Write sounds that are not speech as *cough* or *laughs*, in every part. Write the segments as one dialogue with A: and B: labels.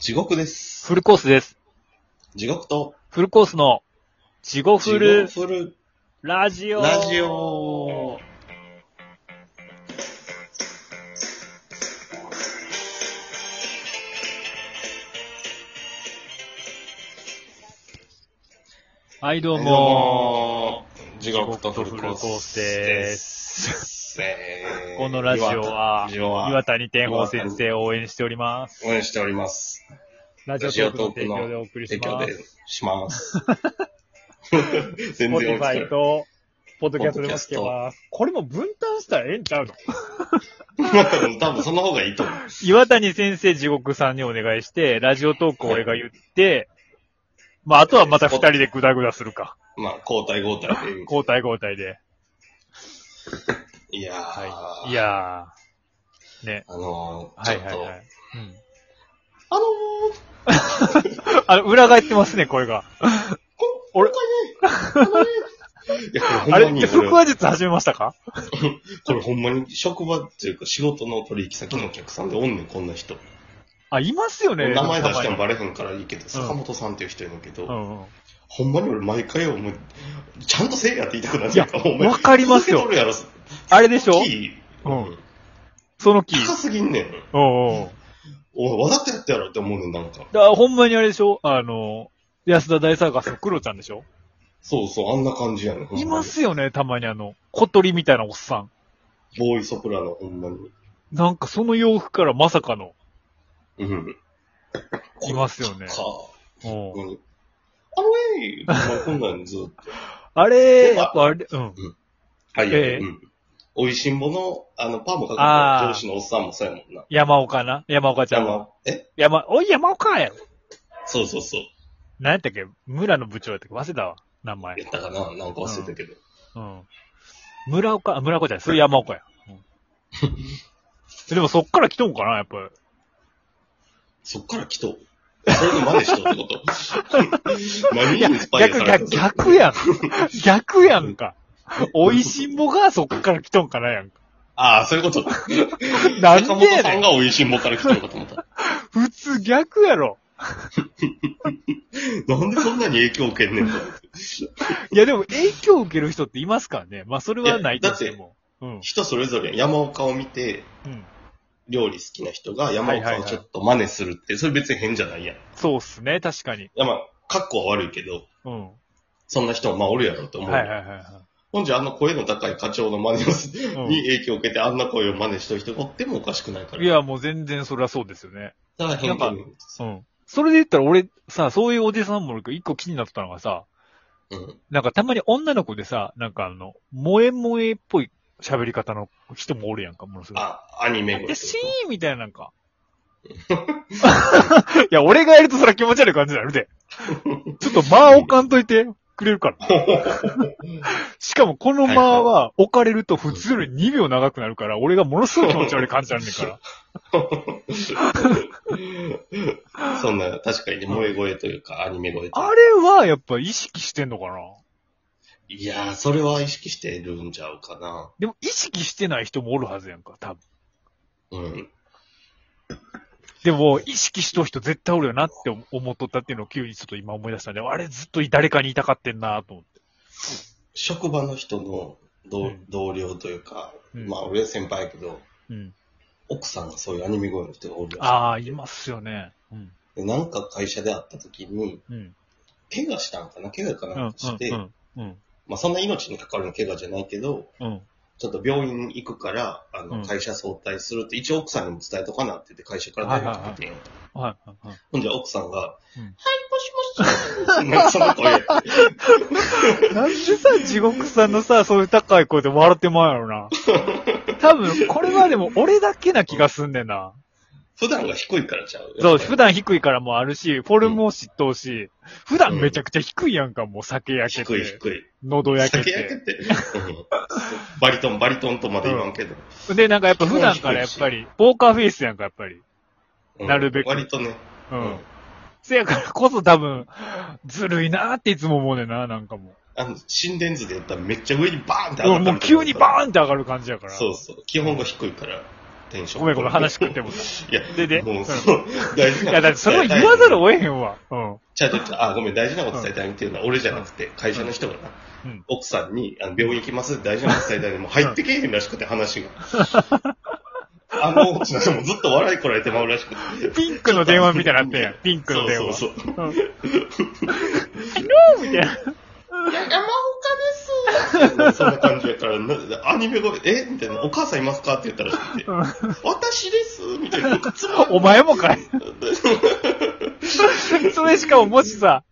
A: 地獄です。
B: フルコースです。
A: 地獄と、
B: フルコースの、地獄
A: 地
B: フ
A: 獄
B: ル
A: フル。
B: ラジオ。
A: ラジオ。
B: はい、どう
A: どう
B: も。
A: も地獄とフルコースで
B: 地
A: す。せー
B: このラジオ
A: 岩田ラ
B: は
A: ジオは
B: 岩谷天宝先生を応援しております。
A: 応援しております。
B: ラジ
A: ジ
B: オ
A: オ
B: トークの提
A: ラジオトークの
B: 供でお送りし
A: 提供
B: ま。
A: ですします。 *laughs* 全然追いつかない
B: Spotify と、ポッドキャストでも聞けます。これも分担したらええんちゃうの
A: 多分その方がいいと思う。
B: 岩谷先生、地獄さんにお願いして、ラジオトークを俺が言って、まあ、あとはまた二人でグダグダするか。
A: まあ、交代交代で。
B: 交代交代で。
A: *laughs* いやー、
B: はい。いやー。ね。
A: あのー、
B: は
A: ちょ
B: い
A: っと、
B: はいはい。うん。
A: あのー、
B: あの、裏返ってますね、これが。
A: 俺かね。 *laughs* いや、こ
B: あ
A: れほ
B: れ
A: んまに
B: って腹
A: 俺、
B: 話術始めましたか
A: これほんまに職場っていうか仕事の取引先のお客さんでおんねん、こんな人。
B: あ、いますよね。
A: 名前出しても
B: た
A: バレへんからいいけど、坂本さんっていう人いるけど、
B: まにうん
A: ほんまに俺毎回お前、ちゃんとせえやって言いたくなっちゃうから、お
B: うん。
A: 前
B: わかります
A: 受け
B: よ。
A: 取るやろ
B: あれでしょ
A: キー
B: うん
A: *laughs*
B: そのキ
A: 高
B: ー。
A: すぎんねん。
B: うんうん。
A: お前わざとやったやろって思うねん、なんか。
B: だからほんまにあれでしょあの、安田大サーカスのクロちゃんでしょ
A: そうそう、あんな感じやねん。ほんまに
B: いますよね、たまにあの、小鳥みたいなおっさん。
A: ボーイソプラノ、ほんまに。
B: なんかその洋服からまさかの、
A: うん。
B: いますよね
A: か。
B: うん
A: うんあのね、まあこんなんずっと。
B: あれ、やっぱあれ、うん。
A: はい、
B: ええ
A: うん。おいしんぼの、あの、パンもかか
B: あ
A: っ
B: ー
A: た上司のおっさんもそうやもんな。
B: 山岡な山岡ち
A: じゃ
B: ゃ
A: あ
B: ん
A: ま
B: は。
A: あ、え
B: 山、おい、山岡やろ。
A: そうそうそう。
B: 何やったっけ村の部長やったっけ忘れたわ。名前
A: や。ったかななんか忘れたけど。
B: うん。村岡、あ村岡じゃない。それ山岡や。うん、 *laughs* でもそっから来とんかなやっぱり。
A: そっから来とう。それの真似しとうって *laughs* こと。何にインスパイア
B: 逆、
A: された
B: 逆、
A: の *laughs*
B: 逆やん。逆やんか。おいしんぼがそっから来とんかなやんか。
A: ああ、そういうこと。
B: な
A: 坂
B: ん
A: 本
B: でや
A: さ
B: ね
A: ん
B: ん。
A: がおいしんぼから来たのかと思った。
B: 普通逆やろ。
A: なんでそんなに影響を受けんねんと思って。
B: いやでも影響を受ける人っていますからね。まあそれはないとしても。うん。
A: 人それぞれ山岡を見て、
B: うん。
A: 料理好きな人が山
B: はいは
A: 岡
B: い
A: を
B: はい
A: ちょっと真似するって、それ別に変じゃないやん。い
B: そうっすね。確かに。
A: やまあ、格好は悪いけど、
B: うん。
A: そんな人もまあおるやろうと思う。
B: はいはいはいは
A: ほんじゃあの声の高い課長の真似をす
B: い。うん
A: に影響を受けてあんな声を真似しとる人がおってもおかしくないから。
B: い、や、もう全然それはそうですよね。
A: だから変
B: な
A: 化
B: んうん。それで言ったら俺さ、そういうおじさんもおるけど一個気になったのがさ、
A: うん。
B: なんかたまに女の子でさ、なんかあの、萌え萌えっぽい喋り方の人もおるやんか、ものすごい。
A: あ、アニメ声
B: で、シーンみたいななんか。いや、俺がやるとそら気持ち悪い感じになるで。ちょっと間を置かんといてくれるから。しかもこの間は置かれると普通より2秒長くなるから、俺がものすごい気持ち悪い感じになるねんから。
A: そんな、確かにね、萌え声というか、アニメ声というか
B: あれはやっぱ意識してんのかない
A: やー、それは意識してるんちゃうかな。
B: でも意識してない人もおるはずやんか、多分。
A: うん。
B: でも、意識しとう人絶対おるよなって思っとったっていうのを急にちょっと今思い出したんで、あれずっと誰かに言いたかってんなと思って。
A: 職場の人の同,、
B: うん
A: 同僚というか、
B: うん
A: まあ、俺は先輩やけど、
B: うん。
A: 奥さんがそういうアニメ声の人がおるらしい
B: ああ、いますよね。うん。
A: でなんか会社で会った時に、
B: うん。
A: 怪我したんかな怪我か
B: う。
A: なんんかして、
B: うん。うん。
A: まあ、そんな命にかかる怪我じゃないけど、
B: うん。
A: ちょっと病院行くから、あ
B: う
A: の、
B: ん
A: 会社早退するって、一応奥さんにも伝えとかなって言って会社から電話かけてん。
B: はい。はいはい。
A: ほんじゃ奥さんが、
B: うん
A: はい、もしもし。 *laughs* なんかその声。
B: なんでさ、地獄さんのさ、そういう高い声で笑ってまうや
A: *laughs*
B: ろな。多分、これはでも俺だけな気がすんねんな。
A: 普段が低いからちゃう。
B: そう、普段低いからもあるし、フォルムを知っとうし、普段めちゃくちゃ低いやんか、もう酒焼け
A: 低い
B: て、
A: 低い。
B: 喉焼け
A: 酒焼け
B: て。
A: て。う
B: *laughs*
A: んバリトン、バリトンとまで言わんけど。
B: で、なんかやっぱ普段からやっぱり、ポーカーフェイスやんか、やっぱり。
A: うん
B: なるべく
A: 割とね。
B: う
A: うん
B: ん。せやからこそ多分、ずるいなーっていつも思うねんな、なんかも
A: あの、心電図で言ったらめっちゃ上にバーンって
B: う。もう急に
A: ーン
B: バーンって上がる感じやから。
A: そうそう。基本が低いから。テンション。
B: ごめんごめん、話食って
A: *laughs*
B: も。
A: いや、
B: でで。
A: もう、
B: うん
A: そう、大事
B: い
A: な
B: や、だってそれは言わざるを得へんわ。うん。
A: ちゃうちゃうちゃうあ、ごめん、大事なこと伝えたいっていうのは俺じゃなくて、会社の人がな
B: うん、
A: 奥さんに、あの病院行きますって大事なこと伝えたいで、もう入ってけえへんらしくて、
B: *laughs*
A: 話が。あのうちの人もずっと笑いこられてまうらしくて。
B: ピンクの電話みたいになってんやん。ピンク
A: そ
B: の
A: う
B: 電
A: そう
B: 話。
A: そうう。
B: ん。みたいな。
A: 山岡ですそんな感じやから、なアニメが、えみたいな、お母さんいますかって言ったらしくて、私ですみたいな、なんかつまんない
B: お前もかい。 *laughs* それしかももしさ、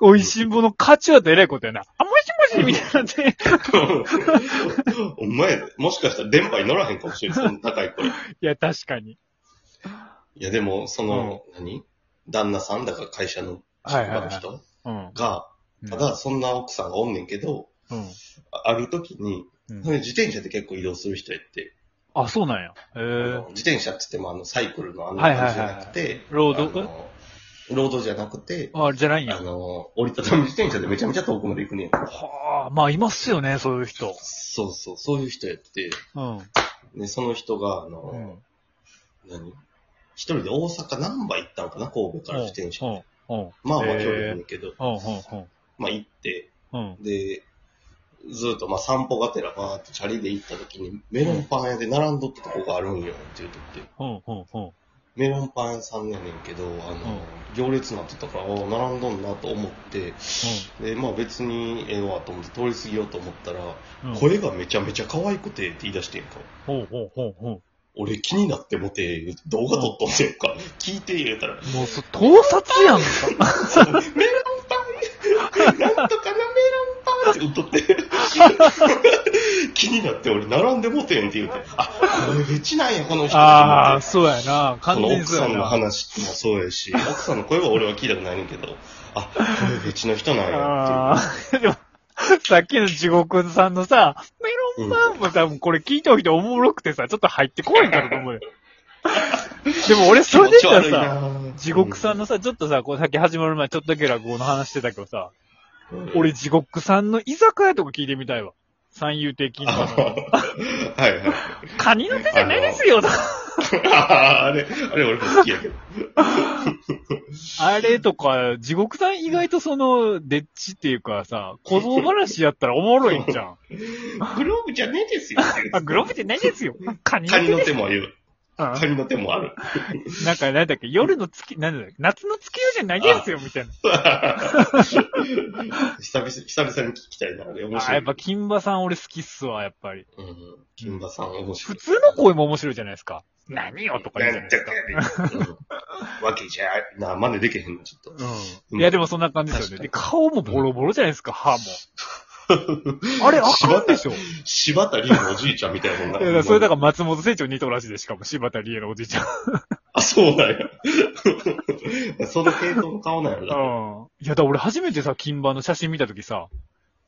B: おいしんぼの課長とえらいことやな。あ、もしもしみたいになって。
A: お前、もしかしたら電波に乗らへんかもしれん、そんな高い声。い
B: いや、確かに。
A: や、でも、その、何旦那さんだから会社の
B: はいは
A: 職場の
B: いはい。
A: 人
B: うん。
A: が、ただ、そんな奥さんがおんねんけど、
B: うん、
A: あある時に、
B: うん
A: それ自転車で結構移動する人やって、
B: あ、そうなんや。へえ
A: あの自転車って言ってもあのサイクルのあんな感じじゃなくて、
B: はいはいはいはいロード
A: あのロードじゃなくて、
B: あ、じゃないん
A: あ
B: や。
A: の、折りたたみ自転車でめちゃめちゃ遠くまで行くねん。
B: はあ、まあ、いますよね、そういう人。
A: そうそう、そういう人やって、
B: うん。
A: で、その人が、あ
B: う
A: の、
B: ん。
A: 何一人で大阪難波行ったのかな神戸から自転車
B: う
A: で。
B: ん。うん。
A: まあまあ距離
B: へ
A: な
B: え
A: んだけど、
B: うん、うん、
A: まあ行って、
B: うん。うん。
A: で、ずっとまあ散歩がてらバーってチャリで行った時に、メロンパン屋で並んどったとこがあるんよって言うとって、
B: うん、うん、うん。
A: メロンパン屋さんやねんけど、あの、行列になってたから、ああ並んどんなと思って、で、まあ別にええわと思って通り過ぎようと思ったら、
B: うん。
A: 声がめちゃめちゃ可愛くてって言い出してんか。
B: ほうほうほうほう。
A: 俺気になってもて、動画撮っとんねんか。聞いて入れたら、
B: もうそ、盗撮やんか。
A: メロンパンなんとかなメロンパンって歌
B: *laughs*
A: って。気になって俺並んでもてんって言うて。あ、これフェチなんや、この人。
B: ああ、
A: そ
B: そうやな。完
A: の
B: 全に
A: 奥
B: そう
A: さ
B: や
A: んの
B: な。
A: 話もそうや
B: *laughs*
A: し、奥さんの声は俺は聞いたくないねんけど、あ、これフェチの人なんや
B: あ
A: っ
B: あ、 *laughs* でも、さっきの地獄さんのさ、メロンパンも多分これ聞いておいておもろくてさ、ちょっと入ってこいんだろう
A: *laughs*
B: と思うよ。でも俺
A: てい。
B: そうれで言ったらさ、
A: さ
B: 地獄さんのさ、ちょっとさ、こうさっき始まる前ちょっとだけ落語の話してたけどさ、俺地獄さんの居酒屋とか聞いてみたいわ。三遊亭金
A: あ *laughs*
B: さんの。
A: はいはい。 *laughs*
B: カニの手じゃないですよとか
A: あれ、あれ俺も好きやけど。
B: あれとか、地獄さん意外とその、でっちっていうかさ、小僧話やったらおもろいんじゃん。
A: グローブじゃねえですよ。
B: *laughs* あ、グローブじゃないですよ。カニの
A: カ
B: 手
A: ニの
B: です
A: 手もある。
B: うん
A: カニの手もあ
B: *laughs*
A: る。
B: なんか、なんだっけ、夜の月、なんだっけ、夏の月夜じゃないですよ、みたいな。
A: 久々、久々に聞きたいな。あれ面
B: あー
A: 白い。
B: やっぱ、金馬さん俺好きっすわ、やっぱり。
A: うん、金馬さん面白
B: 普
A: い。
B: 通の声も面白いじゃないですか。何よとか言うじ
A: な
B: ゃなんい
A: ち
B: で
A: ゃ
B: す
A: か
B: か。
A: やで。うんわけじゃな、真似できへんの、ちょっと。
B: うん。いや、でもそんな感じですよね。で、顔もボロボロじゃないですか、歯も。あれ、あかんでしょ。い
A: 柴田理恵のおじいちゃんみたいなもんな。
B: や、だからそれだから松本清張に似とるらしいで、しかも柴田理恵のおじいちゃん。
A: あ、そうなんや。 *laughs* その系統の顔なんやろ
B: *laughs* う
A: な。
B: ん。いや、だから俺初めてさ、金馬の写真見たときさ、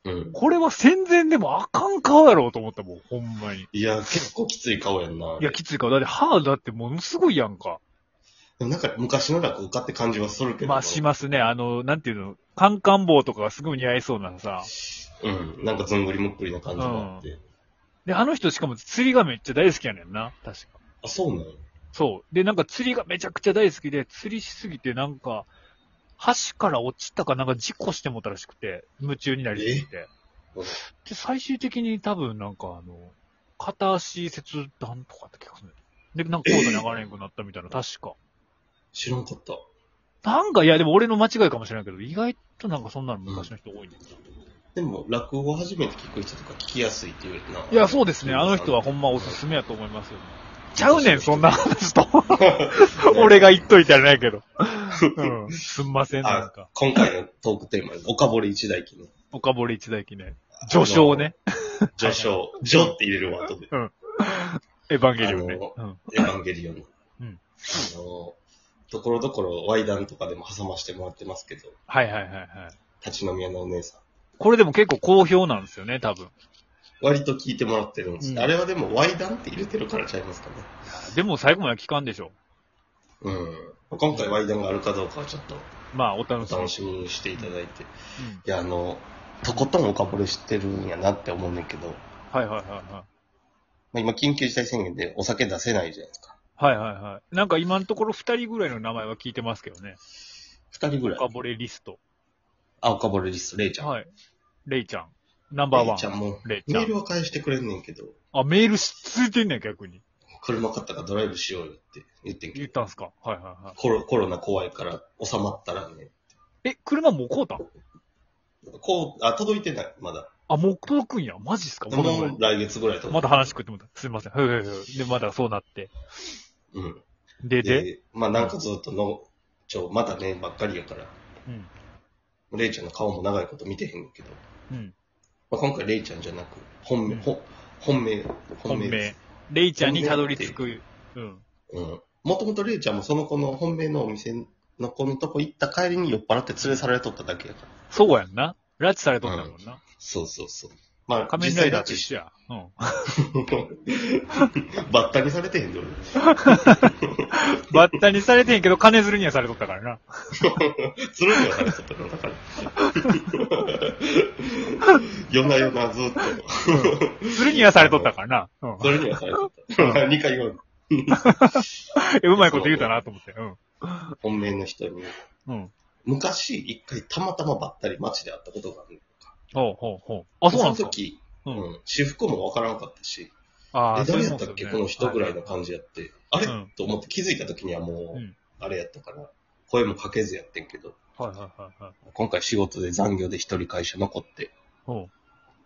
A: うん。
B: これは戦前でもあかん顔やろうと思ったもん、ほんまに。
A: いや、結構きつい顔やんな。
B: いや、きつい顔。だって歯だってものすごいやんか。
A: でもなんか昔の落語家って感じはするけど。
B: まあしますね。あの、なんていうの、カンカン帽とかがすごい似合いそうなさ。
A: うん。なんかずんぐりむっくりな感じがあって。
B: で、あの人しかも釣りがめっちゃ大好きやねんな。確か。
A: あ、そうなんや。
B: そう。で、なんか釣りがめちゃくちゃ大好きで、釣りしすぎてなんか、橋から落ちたかなんか事故してもたらしくて、夢中になりすぎて
A: えうん。
B: で、最終的に多分なんかあの、片足切断とかって気がする。で、なんかコードに上がれんくなったみたいな、確か。
A: 知らんかった。
B: なんか、いや、でも俺の間違いかもしれないけど、意外となんかそんなの昔の人多いねんな。
A: でも、落語を初めて聞く人とか聞きやすいって言うよな。
B: いや、そうですね。あの人はほんまおすすめやと思いますよ、ね。ちゃうねん、そんな話 *laughs* と。
A: *laughs*
B: 俺が言っといたらない *laughs* けど。うん、すんません、なんか。
A: 今回のトークテーマ、岡堀一大記の
B: 岡堀一大記念。序章ね。
A: 序章、序って入れるワードで、
B: エヴァンゲリオンね。
A: あ
B: うん。
A: エヴァンゲリオンの。
B: うん
A: あの、ところどころ、ワイダンとかでも挟ましてもらってますけど、
B: はいはいはいはい。
A: 立ち飲み屋のお姉さん。
B: これでも結構好評なんですよね、多分。
A: 割と聞いてもらってるんです。
B: うん
A: あれはでも、ワイダンって入れてるからちゃいますかね。
B: でも最後まで聞かんでしょ。
A: うん。今回ワイダンがあるかどうかはちょっと、
B: まあ、お楽し
A: お
B: み。
A: 楽しみにしていただいて。
B: うん
A: いや、あの、とことん岡堀知ってるんやなって思うねんけど、
B: はいはいはいは
A: まあ、今、緊急事態宣言でお酒出せないじゃないですか。
B: はいはいはい。なんか今のところ二人ぐらいの名前は聞いてますけどね。
A: 二人ぐらい。
B: 岡惚れリスト。
A: あ、岡堀リスト、レイちゃん。
B: はい。レイちゃん。ナンバーワ
A: レイちゃん
B: ン。
A: も、
B: レイち
A: メ
B: ゃ
A: ール
B: ん。
A: は返してくれんねんけど、
B: あ、メールしついてんねん、逆に。
A: 車買ったからドライブしようよって言ってんけ
B: 言
A: ど、
B: ったんすかはいはいはい。
A: コロコロナ怖いから収まったらね、
B: え、車もう買うたん
A: こう、あ、届いてない、まだ。
B: あ、もう届くんや。マジっすかまだ
A: もう来月ぐらいと
B: まだ話食ってもらった。すいません。はいはいはい。で、まだそうなって。
A: うん。
B: で、で、
A: で、まあなんかずっとの、ちょ、まだね、ばっかりやから、
B: うん。
A: レイちゃんの顔も長いこと見てへんけど、
B: うん。
A: まあ、今回レイちゃんじゃなく、本命、
B: うん
A: ほ本命、
B: 本
A: です
B: 命。レイちゃんにたどり着く。うん。
A: うん。もともとレイちゃんもその子の本命のお店の子のとこ行った帰りに酔っ払って連れ去られとっただけやから。
B: そうやんな。拉致されとったもんな。
A: そうそうそう。まあ、
B: 仮面ライダーと
A: 実
B: 一
A: 際
B: 緒や。うん。
A: *laughs* 拉致バッタにされてへんで、俺。
B: バッタにされてんけど、金づるにはされとったからな。
A: つるにはされとったの、だから。夜な夜なずっと。
B: するにはされとったからな。
A: *laughs*
B: うん。
A: それにはされとった。2回言わん
B: え、うまいこと言うたなと思って。うん。
A: 本命の人に。
B: うん。
A: 昔、一回たまたまばったり街で会ったことがある。
B: ほうほうほう。あ、そうなんです
A: そ
B: か
A: の時、
B: う
A: うんん、私服もわからなかったし、
B: あ
A: え、
B: ーそう
A: 誰
B: いう
A: や
B: も
A: っ
B: んす
A: た
B: よ
A: っ
B: ね
A: け、この人ぐらいの感じやって。あれ、
B: うん
A: と思って気づいた時にはも、
B: はいうん。
A: あれやったから、声もかけずやってんけど、
B: はいはいはいはい。
A: 今回仕事で残業で一人会社残って、
B: ほう。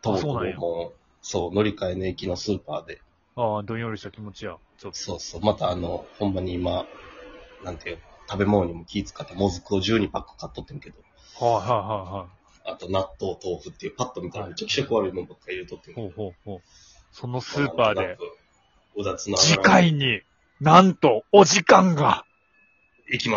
A: と
B: そうなんや
A: もう、そう、乗り換えの駅のスーパーで、
B: ああ、どんよりした気持ちや。ちょっと。
A: そうそう、またあの、ほんまに今、なんていうの食べ物にも気使って、もずくを12パック買っとってんけど、
B: はいはいはいは
A: あと納豆、豆腐っていうパッと見たらめっちゃ気色悪いもんばっかり入れとってん
B: い。
A: けど
B: ほうほうほう。そのスーパ
A: なん
B: ー
A: と、
B: で
A: なくうだつの上がらん
B: 次回に、なんと、お時間が。
A: 行きます